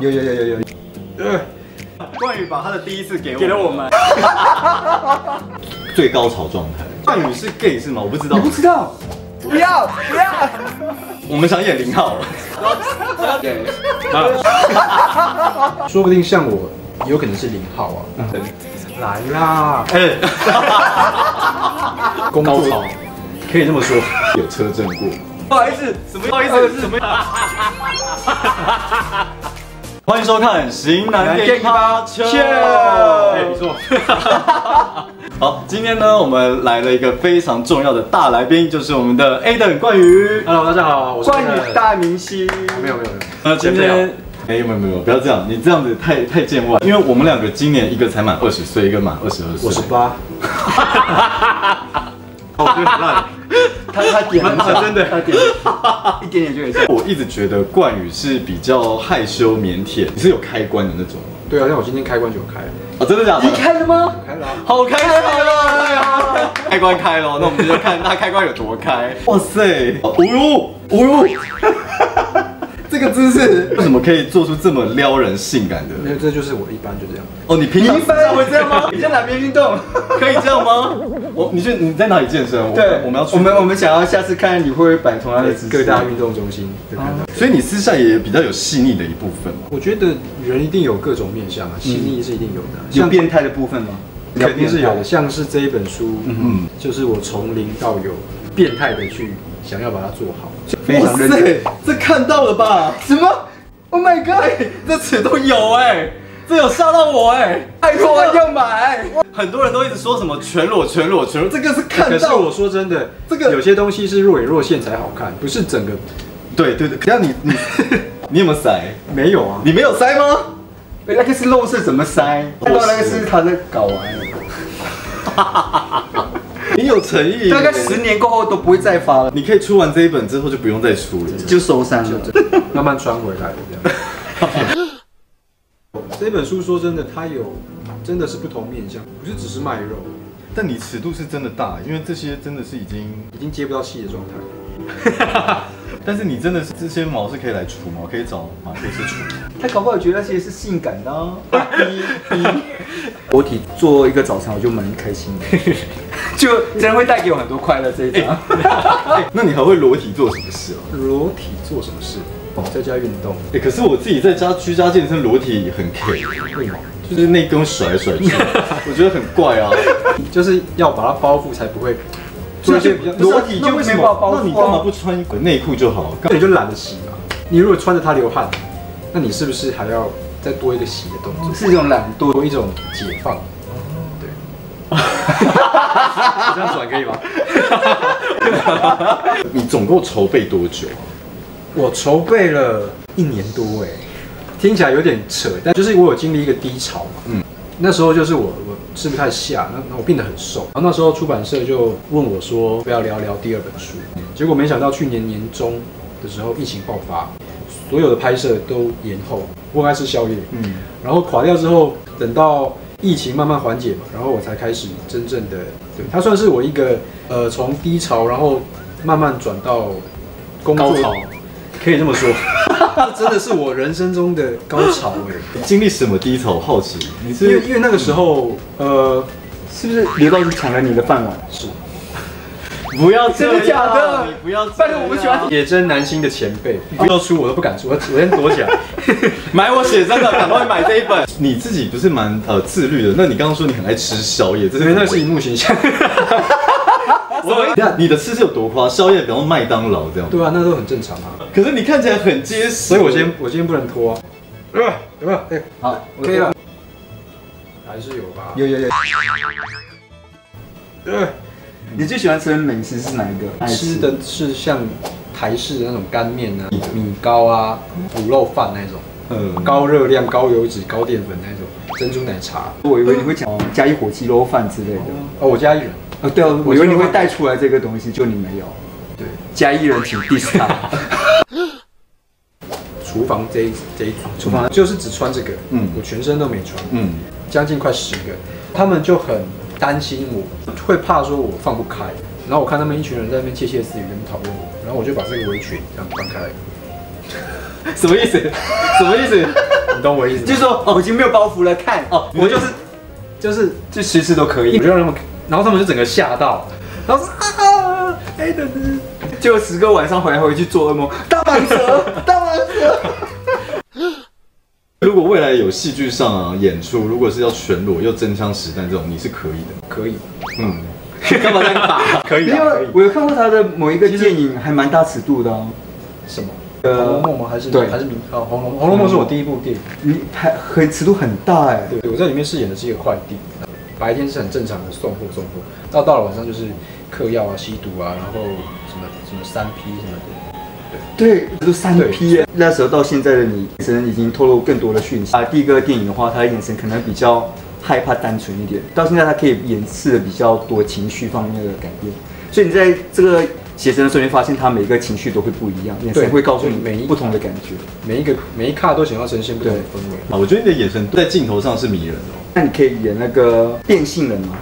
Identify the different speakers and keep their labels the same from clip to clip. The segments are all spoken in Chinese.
Speaker 1: 有有有有有。
Speaker 2: 呃
Speaker 1: 冠宇把他的第一次给我
Speaker 3: 给了我们，
Speaker 4: 最高潮状态。
Speaker 1: 冠宇是 gay 是吗？我不知道
Speaker 3: 你，不知道？
Speaker 2: 不要不要，
Speaker 1: 我们想演零号。
Speaker 2: 说不定像我，有可能是零号啊。来啦，
Speaker 1: 哎，
Speaker 2: 工
Speaker 3: 高
Speaker 2: 作
Speaker 3: 潮
Speaker 2: 可以这么说。
Speaker 4: 有车震过，
Speaker 1: 不好意思，什么不好意思，什么？欢迎收看《型男电趴车》。
Speaker 2: 哎，不错，
Speaker 1: 好，今天呢，我们来了一个非常重要的大来宾，就是我们的 Aden 冠宇，
Speaker 2: Hello，大家好，我是
Speaker 3: 关于大明星，
Speaker 2: 没有没有没有，
Speaker 1: 那呃今
Speaker 3: 前辈啊
Speaker 1: 天。哎没有没有没有，不要这样，你这样子太太见外。因为我们两个今年一个才满二十岁，一个满二十二岁。
Speaker 2: 我是八，
Speaker 1: 我觉得很烂。
Speaker 3: 他他点了一下，
Speaker 1: 真的
Speaker 3: 他点了一点点就可以下。
Speaker 1: 我一直觉得冠宇是比较害羞腼腆，你是有开关的那种吗？
Speaker 2: 对啊，但我今天开关就有开了，
Speaker 1: 啊、真的假
Speaker 3: 你
Speaker 1: 的？
Speaker 3: 看了吗？
Speaker 2: 开了啊。
Speaker 1: 好开心啊！开关开了，那我们就看它开关有多开。哇塞！哦呦，哦呦，这个姿势为什么可以做出这么撩人性感的？
Speaker 2: 没有，这就是我一般就这样。
Speaker 1: 哦，你平常
Speaker 3: 会这样吗？你在哪边运动？
Speaker 1: 可以这样吗？我，你去你在哪里健身？我
Speaker 3: 对，
Speaker 1: 我们要去
Speaker 3: 我们我们想要下次看你会不会摆同样的姿势。
Speaker 2: 呃各大运动中心
Speaker 3: 哦
Speaker 2: 就看到。
Speaker 1: 所以你私下也比较有细腻的一部分嘛。
Speaker 2: 我觉得人一定有各种面相啊，细腻是一定有的啊，
Speaker 3: 有变态的部分吗？
Speaker 2: 肯定是有的。像是这一本书，嗯，就是我从零到有，变态的去想要把它做好，
Speaker 3: 非常认真。，
Speaker 1: 这看到了吧？哎
Speaker 3: 什么？Oh my god！
Speaker 1: 这尺度有哎、这有吓到我哎、
Speaker 3: 拜托要买，
Speaker 1: 很多人都一直说什么全裸、全裸、全裸，这个是看
Speaker 2: 可是
Speaker 1: 到
Speaker 2: 我说真的，
Speaker 1: 这个
Speaker 2: 有些东西是若隐若现才好看，不是整个
Speaker 1: 对对对， 那你你你有没有塞？
Speaker 2: 没有啊。
Speaker 1: 你没有塞吗？
Speaker 3: 那个是肉是怎么塞？看到那个是他在搞完了，
Speaker 1: 你有诚意，
Speaker 3: 大概十，年过后都不会再发了，
Speaker 1: 你可以出完这一本之后就不用再出了。
Speaker 3: 就收山了。
Speaker 2: 慢慢穿回来的这样。这本书说真的，它有真的是不同面相，不是只是卖肉，
Speaker 1: 但你尺度是真的大，因为这些真的是已经，
Speaker 2: 已经接不到戏的状态。
Speaker 1: 但是你真的是这些毛是可以来除毛，可以找马克思除。
Speaker 3: 他搞不好觉得那些是性感的、 啊。裸体做一个早餐，我就蛮开心的， 就真的会带给我很多快乐。这一张，啊
Speaker 1: 哎那你还会裸体做什么事啊？
Speaker 2: 裸体做什么事？
Speaker 3: 哦
Speaker 2: 在家运动，
Speaker 1: 哎、可是我自己在家居家健身裸体很 care，
Speaker 2: 为毛？
Speaker 1: 就是那根甩来甩去，我觉得很怪啊。
Speaker 2: 就是要把它包覆，才不会做一些比较
Speaker 3: 裸体就
Speaker 2: 那为什
Speaker 3: 没
Speaker 2: 么
Speaker 3: 办法包覆啊
Speaker 1: 那你干嘛不穿内裤就好？干
Speaker 2: 那你就懒得洗嘛。你如果穿着它流汗，那你是不是还要再多一个洗的动作？
Speaker 3: 是一种懒惰。
Speaker 2: 多一种解放。 对，我这样转可以吗？
Speaker 1: 你总共筹备多久啊？
Speaker 2: 我筹备了一年多哎，听起来有点扯，但就是我有经历一个低潮嘛，嗯，那时候就是我我吃不太下，那那我变得很瘦，然后那时候出版社就问我说不要聊聊第二本书，结果没想到去年年中的时候疫情爆发，所有的拍摄都延后，我很爱吃宵夜，嗯，然后垮掉之后，等到疫情慢慢缓解嘛，然后我才开始真正的，对，它算是我一个呃从低潮然后慢慢转到工作
Speaker 3: 高潮
Speaker 2: 可以这么说，这真的是我人生中的高潮哎、
Speaker 1: 你经历什么低潮？我好奇，你
Speaker 2: 因为
Speaker 1: 是
Speaker 2: 因为那个时候，呃，
Speaker 3: 是不是刘道是抢了你的饭碗？
Speaker 2: 是
Speaker 1: 不要这
Speaker 3: 真
Speaker 1: 样啊
Speaker 3: 的假的？
Speaker 1: 你不要这样，啊
Speaker 3: 拜托我们喜欢
Speaker 2: 野真男星的前辈，要出我都不敢出，我我先躲起 来。
Speaker 1: 买我写真的，赶快买这一本。你自己不是蛮呃自律的？那你刚刚说你很爱吃宵夜，这
Speaker 2: 因
Speaker 1: 是
Speaker 2: 为那是荧幕形 象，
Speaker 1: 我那你的吃是有多夸？宵夜比方麦当劳这样，
Speaker 2: 对啊，那都很正常啊。
Speaker 1: 可是你看起来很结实，
Speaker 2: 所以我今天我今天不能拖、啊，有没有？哎、
Speaker 3: 好，
Speaker 2: 可以了，还是有吧。
Speaker 3: 有有有。呃你最喜欢吃的美食是哪一个？
Speaker 2: 吃的是像台式的那种干面啊、米糕啊、卤肉饭那种，
Speaker 1: 嗯
Speaker 2: 高热量、高油脂、高淀粉那种，珍珠奶茶。
Speaker 3: 我以为你会讲加一火鸡肉饭之类的。
Speaker 2: 哦，我家一人，
Speaker 3: 哦，对啊，我以为你会带出来这个东西，就你没有。
Speaker 2: 对，
Speaker 3: 加一人请 diss 他。
Speaker 2: 厨房这一这一组，厨房就是只穿这个，
Speaker 1: 嗯
Speaker 2: 嗯，我全身都没穿，
Speaker 1: 嗯，
Speaker 2: 将近快十个，他们就很担心我，会怕说我放不开。然后我看他们一群人在那边窃窃私语，在那边讨论我，然后我就把这个围裙这样翻开来，
Speaker 1: 什么意思？什么意思？
Speaker 2: 你懂我意思吗？
Speaker 3: 就是说哦，我已经没有包袱了，看哦，我就是
Speaker 2: 就是
Speaker 3: 就随时都可
Speaker 2: 我
Speaker 3: 以，
Speaker 2: 就让他们，然后他们就整个吓到，然后说啊，哎等 等，
Speaker 3: 就十个晚上回来回去做噩梦，大蟒蛇，大蟒蛇。
Speaker 1: 如果未来有戏剧上啊演出，如果是要全裸又真枪实弹这种，你是可以的吗？
Speaker 3: 可以，
Speaker 1: 嗯，干嘛这样 打？可以
Speaker 3: 因
Speaker 1: 啊，可
Speaker 3: 为
Speaker 1: 以。
Speaker 3: 我有看过他的某一个电影，还蛮大尺度的哦。
Speaker 2: 什么？
Speaker 3: 呃
Speaker 2: 红楼梦吗？还是
Speaker 3: 对
Speaker 2: 还是明啊？红楼梦红楼梦是我第一部电影，
Speaker 3: 你还很尺度很大哎，
Speaker 2: 对，我在里面饰演的是一个坏弟，白天是很正常的送货送货，到到了晚上就是嗑药啊、吸毒啊，然后什么什么三 P 什么的。
Speaker 3: 对，都三
Speaker 2: 对
Speaker 3: P 耶。那时候到现在的你，眼神已经透露更多的讯息啊。第一个电影的话，他的眼神可能比较害怕、单纯一点，到现在他可以掩饰的比较多情绪方面的改变。所以你在这个写生的时候，你会发现他每个情绪都会不一样，眼神
Speaker 2: 对
Speaker 3: 会告诉
Speaker 2: 对每
Speaker 3: 你
Speaker 2: 一
Speaker 3: 不同的感觉。
Speaker 2: 每一个每一卡都想要呈现不同的氛围。
Speaker 1: 啊，我觉得你的眼神在镜头上是迷人的、哦。
Speaker 3: 那你可以演那个变性人吗？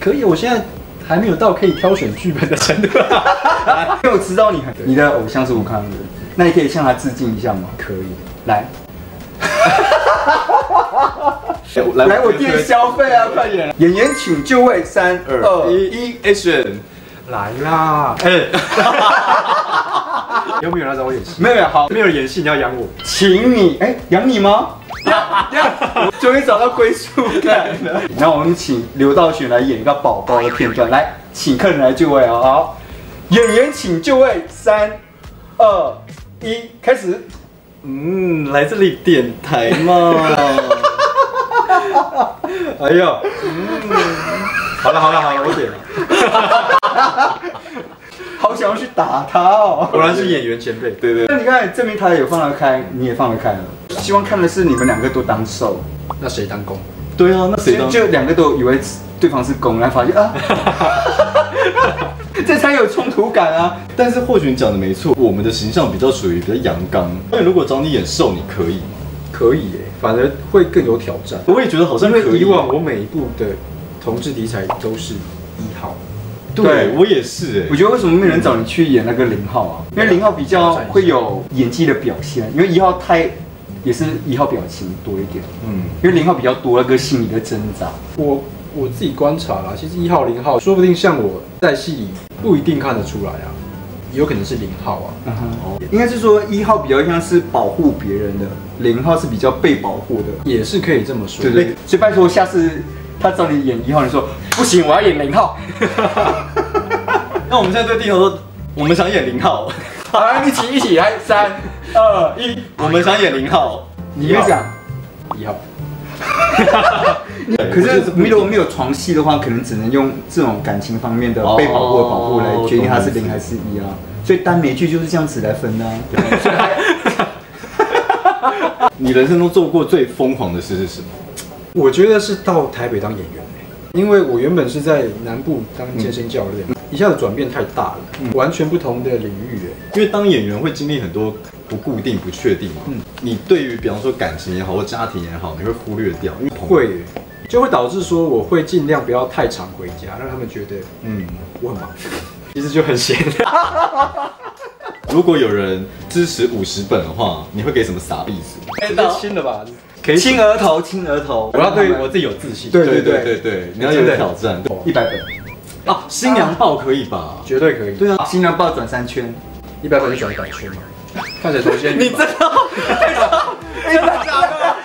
Speaker 2: 可以，我现在还没有到可以挑选剧本的程度。
Speaker 3: 因为我知道你很，你的偶像是吴康仁，那你可以向他致敬一下吗？
Speaker 2: 可以，
Speaker 3: 来，
Speaker 1: 哎我
Speaker 3: 来我店消费啊，快点！演员请就位，三二
Speaker 1: 二
Speaker 3: 一。
Speaker 1: 一 action！
Speaker 2: 来啦！
Speaker 1: 哎，
Speaker 2: 有没有人来找我演戏？
Speaker 3: 没有没有好，
Speaker 2: 没有人演戏，你要养我。
Speaker 3: 请你哎养你 吗？养终于找到归属感了。然后我们请刘道玄来演一个宝宝的片段，来，请客人来就位啊、哦！好，演员请就位，三、二、一，开始。
Speaker 1: 嗯，来这里点台嘛。
Speaker 2: 哎呦，嗯，好了好了好了，我点了。
Speaker 3: 好想要去打他哦。
Speaker 2: 果然是演员前辈。
Speaker 1: 对对，
Speaker 3: 那你看，证明他也放得开，你也放得开了。希望看的是你们两个都当受，
Speaker 2: 那谁当公？
Speaker 1: 对啊，那谁
Speaker 3: 就
Speaker 1: 当？
Speaker 3: 就两个都以为对方是公，然后发现啊， 这才有冲突感啊。
Speaker 1: 但是或许你讲的没错，我们的形象比较属于比较阳刚。那如果找你演瘦，你可以吗？
Speaker 2: 可以耶，反而会更有挑战。
Speaker 1: 我也觉得好像
Speaker 2: 因
Speaker 1: 可
Speaker 2: 为
Speaker 1: 以。
Speaker 2: 以往我每一部的同志题材都是一号，
Speaker 1: 对我也是哎、
Speaker 3: 我觉得为什么没人找你去演那个零号啊？因为零号比较会有演技的表现，因为一号太也是一号表情多一点，
Speaker 1: 嗯，
Speaker 3: 因为零号比较多那个心理的挣扎。
Speaker 2: 我我自己观察啦，其实一号零号说不定像我在戏里不一定看得出来啊，也有可能是零号啊。
Speaker 3: 嗯哼，应该是说一号比较像是保护别人的，零号是比较被保护的。
Speaker 2: 也是可以这么说，
Speaker 3: 对对对，所以拜托下次他找你演一号，你说不行，我要演零号。
Speaker 1: 那我们现在对镜头说，我们想演零号，
Speaker 3: 好来一起一起来，三二一，
Speaker 1: 我们想演零号。
Speaker 3: 你会讲。
Speaker 2: 一号
Speaker 3: 可是如果没有床戏的话，可能只能用这种感情方面的被保护的保护来决定他是零还是一啊。所以耽美剧就是这样子来分的、啊。
Speaker 1: 你人生中做过最疯狂的事是什么？
Speaker 2: 我觉得是到台北当演员、欸、因为我原本是在南部当健身教练，一下子转变太大了，完全不同的领域、欸。
Speaker 1: 因为当演员会经历很多不固定、不确定嘛。嗯，你对于比方说感情也好，或家庭也好，你会忽略掉，因为朋友
Speaker 2: 会欸、就会导致说我会尽量不要太常回家，让他们觉得
Speaker 1: 嗯。
Speaker 2: 我很忙，其实就很闲。
Speaker 1: 如果有人支持五十本的话，你会给什么傻逼子？
Speaker 2: 太轻了吧？可以，
Speaker 3: 亲额头，亲额头，
Speaker 2: 我要对我自己有自信。
Speaker 3: 对对
Speaker 1: 对对对，你要有
Speaker 2: 真的
Speaker 1: 挑战。
Speaker 3: 一百本，
Speaker 1: 啊，新娘抱可以吧？
Speaker 2: 绝对可以。
Speaker 3: 对啊，新娘抱转三圈，
Speaker 2: 一百粉就转一百圈嘛，看谁头 先。你这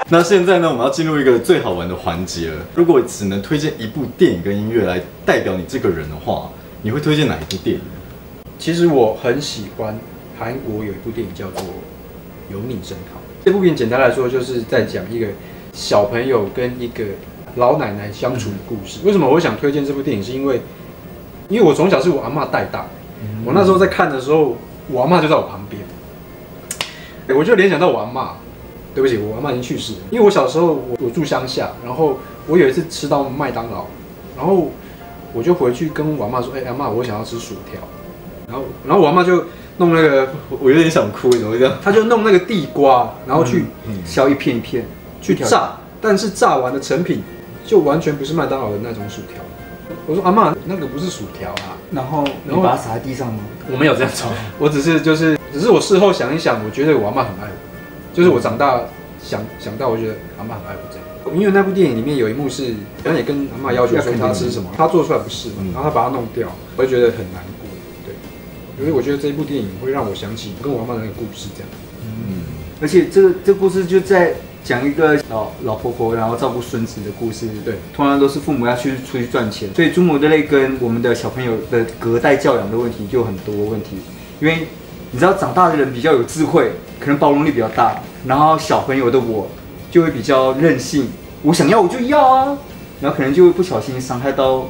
Speaker 1: 那现在呢，我们要进入一个最好玩的环节了。如果只能推荐一部电影跟音乐来代表你这个人的话，你会推荐哪一部电影？
Speaker 2: 其实我很喜欢韩国有一部电影叫做《有你真好》。这部片简单来说就是在讲一个小朋友跟一个老奶奶相处的故事。为什么我会想推荐这部电影？是因为因为我从小是我阿嬷带大的，我那时候在看的时候，我阿嬷就在我旁边，欸我就联想到我阿嬷。对不起，我阿嬷已经去世了。因为我小时候我我住乡下，然后我有一次吃到麦当劳，然后我就回去跟我阿嬷说：“哎、阿嬷，我想要吃薯条。”然后然后我阿嬷就弄那个，
Speaker 1: 我我有点想哭，你怎么会这样？
Speaker 2: 她就弄那个地瓜，然后去、
Speaker 1: 嗯
Speaker 3: 削一片一片，
Speaker 2: 去炸，但是炸完的成品就完全不是麦当劳的那种薯条。我说阿嬷，那个不是薯条啊。
Speaker 3: 然后你
Speaker 2: 然后
Speaker 3: 把它撒在地上吗？
Speaker 2: 我没有这样做，我只是就是，只是我事后想一想，我觉得我阿妈很爱我，就是我长大想想到，我觉得阿妈很爱我这样。因为那部电影里面有一幕是，好像也跟阿妈要求
Speaker 3: 要
Speaker 2: 说
Speaker 3: 看
Speaker 2: 她
Speaker 3: 电影
Speaker 2: 吃什么，她做出来不是嘛
Speaker 1: 嗯，
Speaker 2: 然后她把它弄掉，我就觉得很难过。对，因为我觉得这一部电影会让我想起我跟我阿妈的那个故事，这样。
Speaker 1: 嗯
Speaker 3: 而且这个这故事就在讲一个老老婆婆，然后照顾孙子的故事。
Speaker 2: 对
Speaker 3: 通常都是父母要去出去赚钱，所以祖母的泪跟我们的小朋友的隔代教养的问题就很多问题。因为你知道，长大的人比较有智慧，可能包容力比较大，然后小朋友的我就会比较任性，我想要我就要啊，然后可能就会不小心伤害到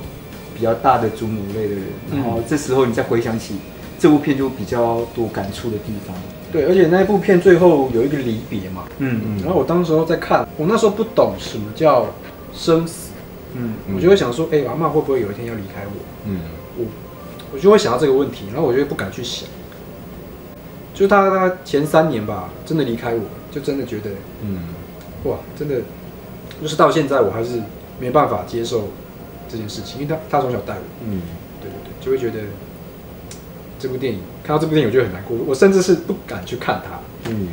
Speaker 3: 比较大的祖母类的人，然后这时候你再回想起这部片，就比较多感触的地方。
Speaker 2: 对，而且那一部片最后有一个离别嘛，
Speaker 3: 嗯嗯
Speaker 2: 然后我当时候在看，我那时候不懂什么叫生死，
Speaker 3: 嗯。
Speaker 1: 嗯
Speaker 2: 我就会想说，哎、阿妈会不会有一天要离开我？
Speaker 1: 嗯，
Speaker 2: 我我就会想到这个问题，然后我就不敢去想。就他他前三年吧，真的离开我，就真的觉得
Speaker 1: 嗯，
Speaker 2: 哇，真的就是到现在我还是没办法接受这件事情，因为他他从小带我，
Speaker 1: 嗯，
Speaker 2: 对对对，就会觉得这部电影看到这部电影我就很难过，我甚至是不敢去看它，
Speaker 1: 嗯，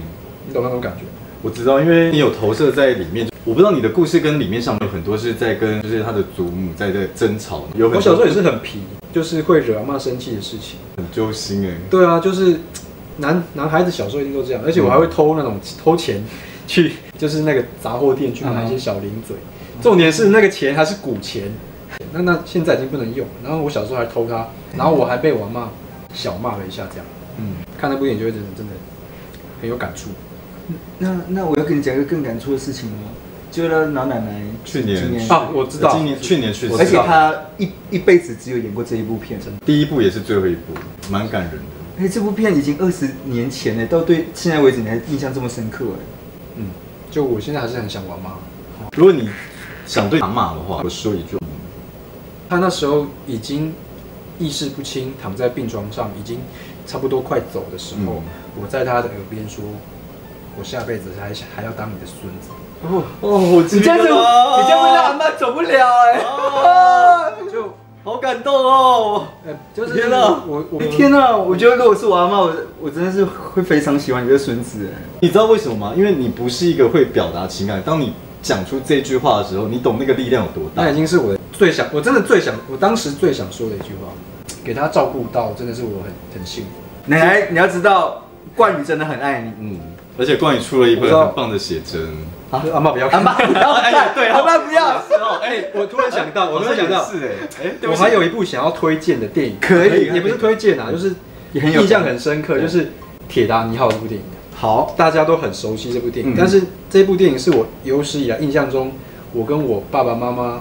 Speaker 2: 你懂那种感觉吗？
Speaker 1: 我知道，因为你有投射在里面。我不知道你的故事跟里面上面有很多是在跟就是他的祖母在在争吵，有很
Speaker 2: 我
Speaker 1: 多
Speaker 2: 小时候也是很皮，就是会惹阿妈生气的事情。
Speaker 1: 很揪心哎、
Speaker 2: 对啊，就是男男孩子小时候一定都这样，而且我还会偷那种、偷钱去， 就是那个杂货店去买一些小零嘴。重点是那个钱还是古钱，那那现在已经不能用了。然后我小时候还偷它，然后我还被我妈小骂了一下，这样
Speaker 1: 嗯，
Speaker 2: 看那部电影就会觉得真的很有感触。
Speaker 3: 那那我要跟你讲一个更感触的事情哦，就是那老奶奶
Speaker 1: 去年
Speaker 3: 今年哦
Speaker 2: 啊我知道
Speaker 1: 今年去年去世，
Speaker 3: 而且她一一辈子只有演过这一部片，
Speaker 1: 第一部也是最后一部，蛮感人的。
Speaker 3: 哎，这部片已经二十年前了，到对现在为止你还印象这么深刻哎，
Speaker 2: 嗯，就我现在还是很想我妈。
Speaker 1: 如果你想对阿妈的话，我说一句，
Speaker 2: 她那时候已经意识不清，躺在病床上，已经差不多快走的时候，
Speaker 1: 嗯
Speaker 2: 我在她的耳边说：“我下辈子还还要当你的孙子。”
Speaker 1: 哦，
Speaker 3: 你这样子，你这样会让阿妈走不了哎，啊
Speaker 2: 就
Speaker 3: 好感动哦！
Speaker 2: 呃，就是
Speaker 3: 天哪，
Speaker 2: 我我
Speaker 3: 天哪！我觉得如果是我阿妈，我我真的是会非常喜欢你这个孙子哎。
Speaker 1: 你知道为什么吗？因为你不是一个会表达情感，当你讲出这句话的时候，你懂那个力量有多大
Speaker 2: 那。已经是我的最想，我真的最想，我当时最想说的一句话，给他照顾到，真的是我很很幸福。
Speaker 3: 奶奶，你要知道，冠宇真的很爱你。
Speaker 1: 嗯，而且冠宇出了一
Speaker 2: 我
Speaker 1: 本
Speaker 2: 知道
Speaker 1: 很棒的写真。
Speaker 2: 啊，阿妈不要
Speaker 3: 阿
Speaker 2: 看，
Speaker 3: 妈不要看，对，
Speaker 1: 啊
Speaker 3: 阿妈不要。
Speaker 1: 哎，
Speaker 2: 我突然想到，我突然 想到，
Speaker 1: 是哎哎， 对
Speaker 2: 我
Speaker 1: 不起
Speaker 2: 还有一部想要推荐的电影，
Speaker 3: 可以
Speaker 2: 也不是推荐
Speaker 1: 嗯
Speaker 2: 啊，就是
Speaker 3: 也很有
Speaker 2: 印象很深刻，
Speaker 3: 对
Speaker 2: 就是《铁达尼号》这部电影。
Speaker 3: 好，
Speaker 2: 大家都很熟悉这部电影，
Speaker 3: 嗯
Speaker 2: 但是这部电影是我有史以来印象中，我跟我爸爸妈妈、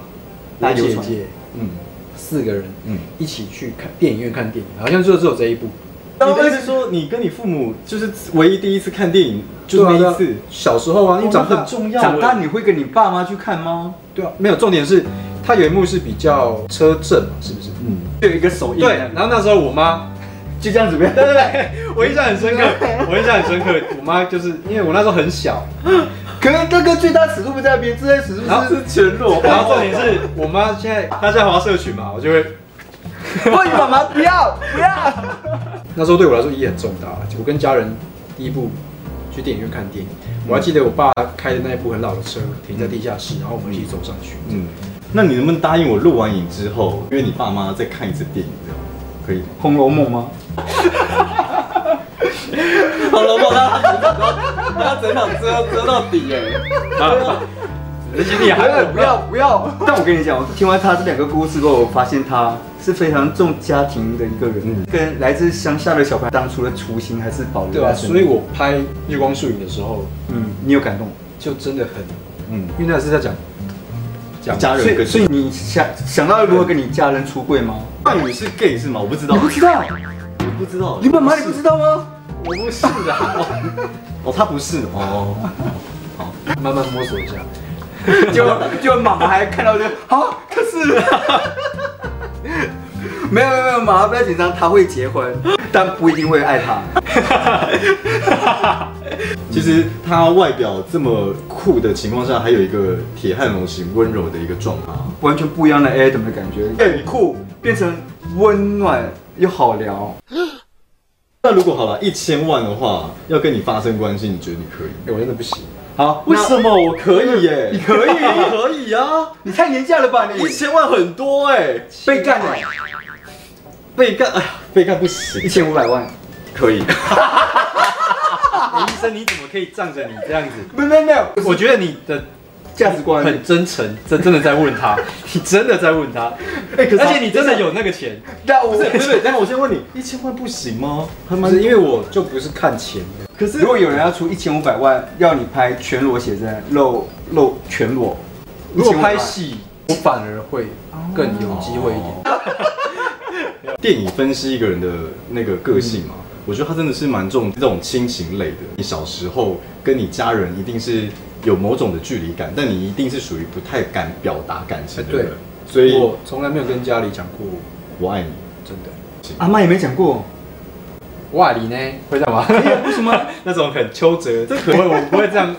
Speaker 3: 大
Speaker 2: 我
Speaker 3: 家有
Speaker 2: 姐
Speaker 3: 传
Speaker 2: 姐
Speaker 1: 嗯
Speaker 2: 四个人
Speaker 1: 嗯。
Speaker 2: 一起去看电影院看电影，好像就只有这一部。
Speaker 1: 嗯你的意思说，你跟你父母就是唯一第一次看电影，就是
Speaker 2: 对
Speaker 1: 那
Speaker 2: 啊
Speaker 1: 一次。哦
Speaker 2: 小时候啊，你长大
Speaker 1: 很重要。
Speaker 3: 长大你会跟你爸妈去看吗？
Speaker 2: 对啊，没有重点是，它有一幕是比较车震嘛，是不是？
Speaker 1: 嗯，
Speaker 3: 就有一个手印，
Speaker 2: 对，然后那时候我妈，
Speaker 3: 就这样子呗。
Speaker 2: 对对对， 我印象很深刻，我印象很深刻，我妈就是因为我那时候很小，
Speaker 3: 可是哥哥最大尺度不在别人，最大尺度
Speaker 2: 然后
Speaker 3: 是全裸。
Speaker 2: 然后重点是我妈现在她现在滑社群嘛，我就会
Speaker 3: 不，你妈妈不要不要。
Speaker 2: 那时候对我来说意义很重大。我跟家人第一部去电影院看电影，我还记得我爸开的那一部很老的车停在地下室，然后我们一起走上去。
Speaker 1: 嗯，那你能不能答应我录完影之后，约你爸妈再看一次电影，这样可以吗？
Speaker 3: 《红楼梦》吗？
Speaker 1: 《红楼梦》他整场遮遮到底哎。
Speaker 2: 啊，而且你还我
Speaker 3: 不要不要。但我跟你讲，我听完他这两个故事后，我发现他是非常重家庭的一个人，
Speaker 1: 嗯
Speaker 3: 跟来自乡下的小朋友当初的初心还是保留
Speaker 2: 对啊，
Speaker 3: 在身
Speaker 2: 所
Speaker 3: 边
Speaker 2: 以我拍《日光树影》的时候，
Speaker 3: 嗯，你有感动。
Speaker 2: 就真的很，
Speaker 1: 嗯，
Speaker 2: 因为那是在讲讲
Speaker 1: 家人
Speaker 3: 所以
Speaker 1: 跟
Speaker 3: 啊所以你想想到如何跟你家人出柜吗？
Speaker 1: 伴侣是 gay 是吗？我不知道
Speaker 3: 你，不知道，
Speaker 1: 我不知道。
Speaker 3: 你妈妈你不知道吗？
Speaker 1: 我不是啊。 哦，他不是哦。
Speaker 2: 慢慢摸索一下。
Speaker 3: 结果结果妈妈还看到就啊，可是。 没有没有没有，妈妈不要紧张，她会结婚，但不一定会爱他。
Speaker 1: 其实他外表这么酷的情况下，还有一个铁汉柔情温柔的一个状态。
Speaker 3: 完全不一样的 Adam
Speaker 2: 哎
Speaker 3: 的感觉，很酷，变成温暖又好聊。
Speaker 1: 那如果好了，一千万的话，要跟你发生关系，你觉得你可以？
Speaker 2: 哎我真的不行。
Speaker 3: 好，
Speaker 1: 为什么我可以耶？你可以，可以 啊！
Speaker 3: 你太廉价了吧你
Speaker 1: 一？千万很多哎、
Speaker 3: 被干了，
Speaker 1: 被干，哎呀，被干不行
Speaker 3: 一，千五百万。
Speaker 1: 可以。
Speaker 2: 林医生，你怎么可以仗着你这样子？
Speaker 3: 没有没有没有，
Speaker 2: 我觉得你的
Speaker 3: 价值观
Speaker 2: 很真诚，真真的在问 他，你真的在问他，
Speaker 1: 哎可是他
Speaker 2: 而且你真的有那个钱，
Speaker 3: 但我
Speaker 1: 不是不是，但我先问你，一千万不行吗？还
Speaker 2: 不
Speaker 1: 蛮
Speaker 2: 是因为我就不是看钱的，
Speaker 1: 可是
Speaker 3: 如果有人要出一千五百万，要你拍全裸写真，露露全裸，
Speaker 2: 如果拍
Speaker 3: 1500万，
Speaker 2: 戏，我反而会更有机会一点。
Speaker 1: 电影分析一个人的那个个性嘛，我觉得他真的是蛮重这种亲情类的。你小时候跟你家人一定是有某种的距离感，但你一定是属于不太敢表达感情的人。
Speaker 2: 对
Speaker 1: 所以
Speaker 2: 我从来没有跟家里讲过，
Speaker 1: 我爱你。
Speaker 2: 真的。
Speaker 3: 阿妈也没讲过，
Speaker 2: 我爱你呢，会这样吗？为什么那种很邱泽？这不会，我不会这样，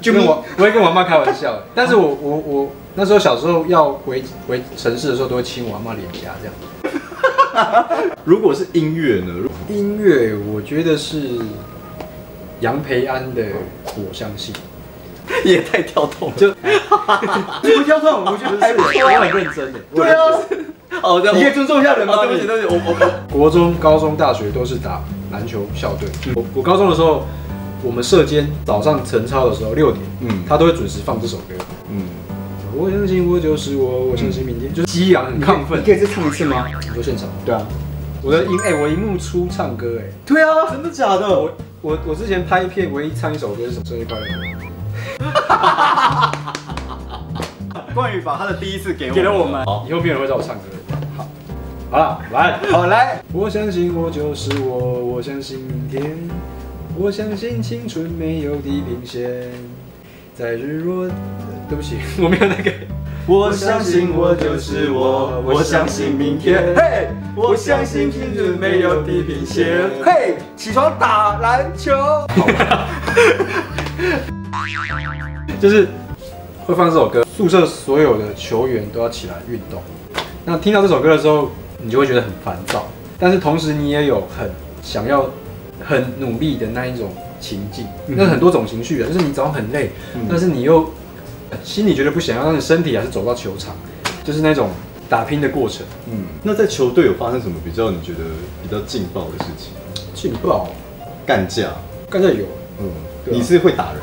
Speaker 2: 就跟我不会跟我妈开玩 笑。但是我我我那时候小时候要回回城市的时候，都会亲我阿妈脸颊这样。
Speaker 1: 如果是音乐呢？如
Speaker 2: 音乐，我觉得是杨培安的《我相信》，
Speaker 1: 也太跳动了，嗯
Speaker 2: 就
Speaker 3: 这不叫算，我觉得 还不错
Speaker 2: 我
Speaker 3: 啊。
Speaker 2: 很 认真的。
Speaker 3: 对啊，
Speaker 1: 哦，这样
Speaker 3: 你可以尊重一下人吗？
Speaker 1: 啊对不起，对不起，我我
Speaker 2: 国中、高中、大学都是打篮球校队。
Speaker 1: 嗯
Speaker 2: 我我高中的时候，我们社间早上晨操的时候六点，
Speaker 1: 嗯
Speaker 2: 他都会准时放这首歌。
Speaker 1: 嗯，
Speaker 2: 我相信我就是我，我相信明天，就是激昂很
Speaker 3: 你
Speaker 2: 亢奋
Speaker 3: 你。可以再唱一次吗？
Speaker 2: 你说现场，
Speaker 3: 对啊，
Speaker 2: 我的音哎、我荧幕出唱歌哎、
Speaker 3: 对啊，
Speaker 1: 真的假
Speaker 2: 我
Speaker 1: 的？
Speaker 2: 我我之前拍片唯一唱一首歌是什么？生日快乐歌。
Speaker 1: 关羽把他的第一次给我
Speaker 3: 给了我们
Speaker 1: 好，
Speaker 2: 以后没有人会找我唱歌了。好，好了，来。
Speaker 3: 好来，
Speaker 2: 我相信我就是我，我相信明天，我相信青春没有地平线，在日落。对不起， 我没有那个。
Speaker 1: 我相信我就是我，我相信明天。
Speaker 3: 嘿，
Speaker 1: 我相信青春没有地平线
Speaker 3: 嘿，起床打篮球。
Speaker 2: 就是会放这首歌，宿舍所有的球员都要起来运动。那听到这首歌的时候，你就会觉得很烦躁，但是同时你也有很想要、很努力的那一种情境，
Speaker 3: 嗯
Speaker 2: 那很多种情绪的，啊就是你早上很累，但是你又心里觉得不想要，但是身体还是走到球场，就是那种打拼的过程。
Speaker 1: 嗯，那在球队有发生什么比较你觉得比较劲爆的事情？
Speaker 2: 劲爆，
Speaker 1: 干架，
Speaker 2: 刚才有，
Speaker 1: 嗯，
Speaker 2: 对啊
Speaker 1: 你是会打人的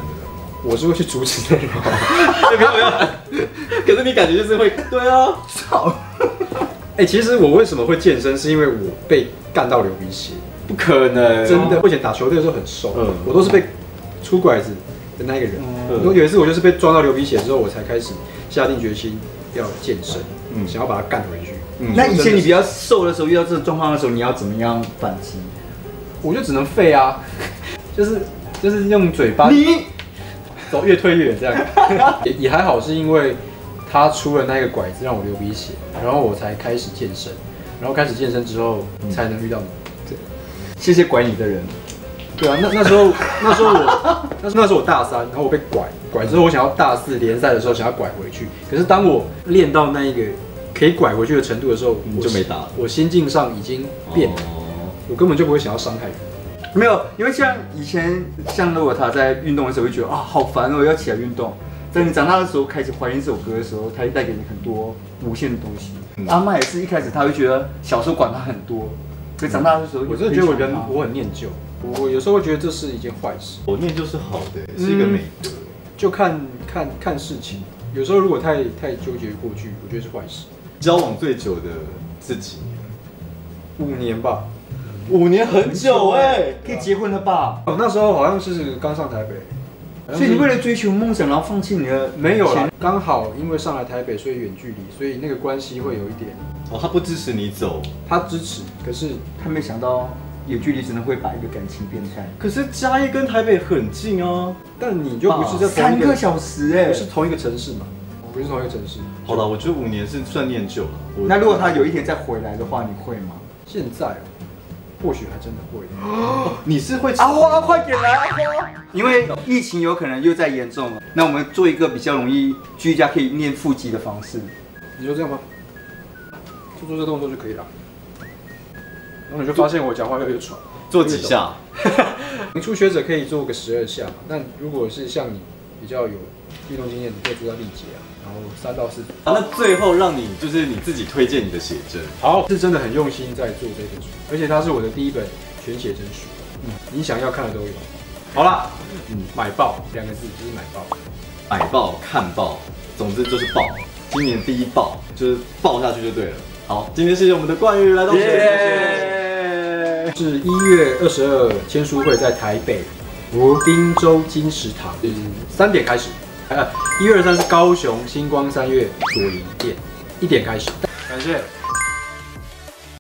Speaker 2: 我是会去阻止那种。
Speaker 1: 人吗？没有没有，可是你感觉就是会，对啊，操，
Speaker 2: 哎、其实我为什么会健身，是因为我被干到流鼻血。
Speaker 1: 不可能，
Speaker 2: 真的，我以前打球队的时候很瘦，
Speaker 1: 嗯
Speaker 2: 我都是被出拐子的那一个人。
Speaker 1: 嗯
Speaker 2: 有一次我就是被撞到流鼻血之后，我才开始下定决心要健身，
Speaker 1: 嗯
Speaker 2: 想要把它干回去。
Speaker 1: 嗯
Speaker 3: 那以前你比较瘦的时候，遇到这种状况的时候，你要怎么样反击？
Speaker 2: 我就只能废啊， 就是就是用嘴
Speaker 1: 啊
Speaker 2: 巴
Speaker 3: 你
Speaker 2: 走越推越远这样， 也也还好，是因为他出了那个拐子让我流鼻血，然后我才开始健身，然后开始健身之后才能遇到你。
Speaker 3: 谢谢拐你的人，
Speaker 2: 对啊，那那时候那时候我那时候那时候我大三，然后我被拐拐之后，我想要大四联赛的时候想要拐回去，可是当我练到那一个可以拐回去的程度的时候，
Speaker 1: 你
Speaker 2: 我
Speaker 1: 就没
Speaker 2: 心
Speaker 1: 打了
Speaker 2: 我心境上已经变了，
Speaker 1: 哦
Speaker 2: 我根本就不会想要伤害人。
Speaker 3: 没有，因为像以前，像如果他在运动的时候，会觉得啊好烦哦，要起来运动。在你长大的时候，开始怀念这首歌的时候，它会带给你很多无限的东西。
Speaker 1: 嗯
Speaker 3: 阿妈也是一开始，她会觉得小时候管她很多，可长大的时候，
Speaker 2: 我真的觉得我人我很念旧，我我有时候会觉得这是一件坏事，
Speaker 1: 我念就是好的，是一个美德。
Speaker 2: 就看看看事情，有时候如果太太纠结过去，我觉得是坏事。
Speaker 1: 交往最久的自己，
Speaker 2: 五年吧，
Speaker 1: 五年很久哎，
Speaker 3: 可以结婚了吧？
Speaker 2: 哦我那时候好像是刚上台北，好像
Speaker 3: 所以你
Speaker 2: 是
Speaker 3: 为了追求梦想，然后放弃你的
Speaker 2: 没有啦
Speaker 3: 钱，
Speaker 2: 刚好因为上来台北，所以远距离，所以那个关系会有一点。
Speaker 1: 哦，他不支持你走，
Speaker 2: 他支持，可是
Speaker 3: 他没想到远距离只能会把一个感情变淡。
Speaker 1: 可是嘉义跟台北很近啊。
Speaker 2: 但你就不是在同
Speaker 3: 哦三
Speaker 2: 一个
Speaker 3: 个，小时哎、
Speaker 2: 不是同一个城市嘛？不是同一个城市。
Speaker 1: 好了，我觉得五年是算念旧了。我
Speaker 3: 那如果他有一天再回来的话，你会吗？
Speaker 2: 现在哦或许还真的会，
Speaker 1: 你是会
Speaker 3: 阿花，快点来，阿花！因为疫情有可能又在严重了，那我们做一个比较容易居家可以练腹肌的方式。
Speaker 2: 你就这样吗？就做这动作就可以了。然后你就发现我讲话越来越喘，
Speaker 1: 做几下？
Speaker 2: 你初学者可以做个十二下嘛，但如果是像你比较有运动经验，你可以做到力竭啊，然后三到四组。
Speaker 1: 啊那最后让你就是你自己推荐你的写真，
Speaker 2: 好，是真的很用心在做这本书，而且它是我的第一本全写真书，嗯你想要看的都有。好啦，嗯，买爆两个字就是买爆。
Speaker 1: 买爆、看爆，总之就是爆。今年第一爆就是爆下去就对了。好，今天谢谢我们的冠宇来到我们的节目谢谢。
Speaker 2: 是一月二十二签书会在台北福滨州金石堂，三点开始。呃，一月二三是高雄星光三月左营店，一点开始。
Speaker 3: 感谢。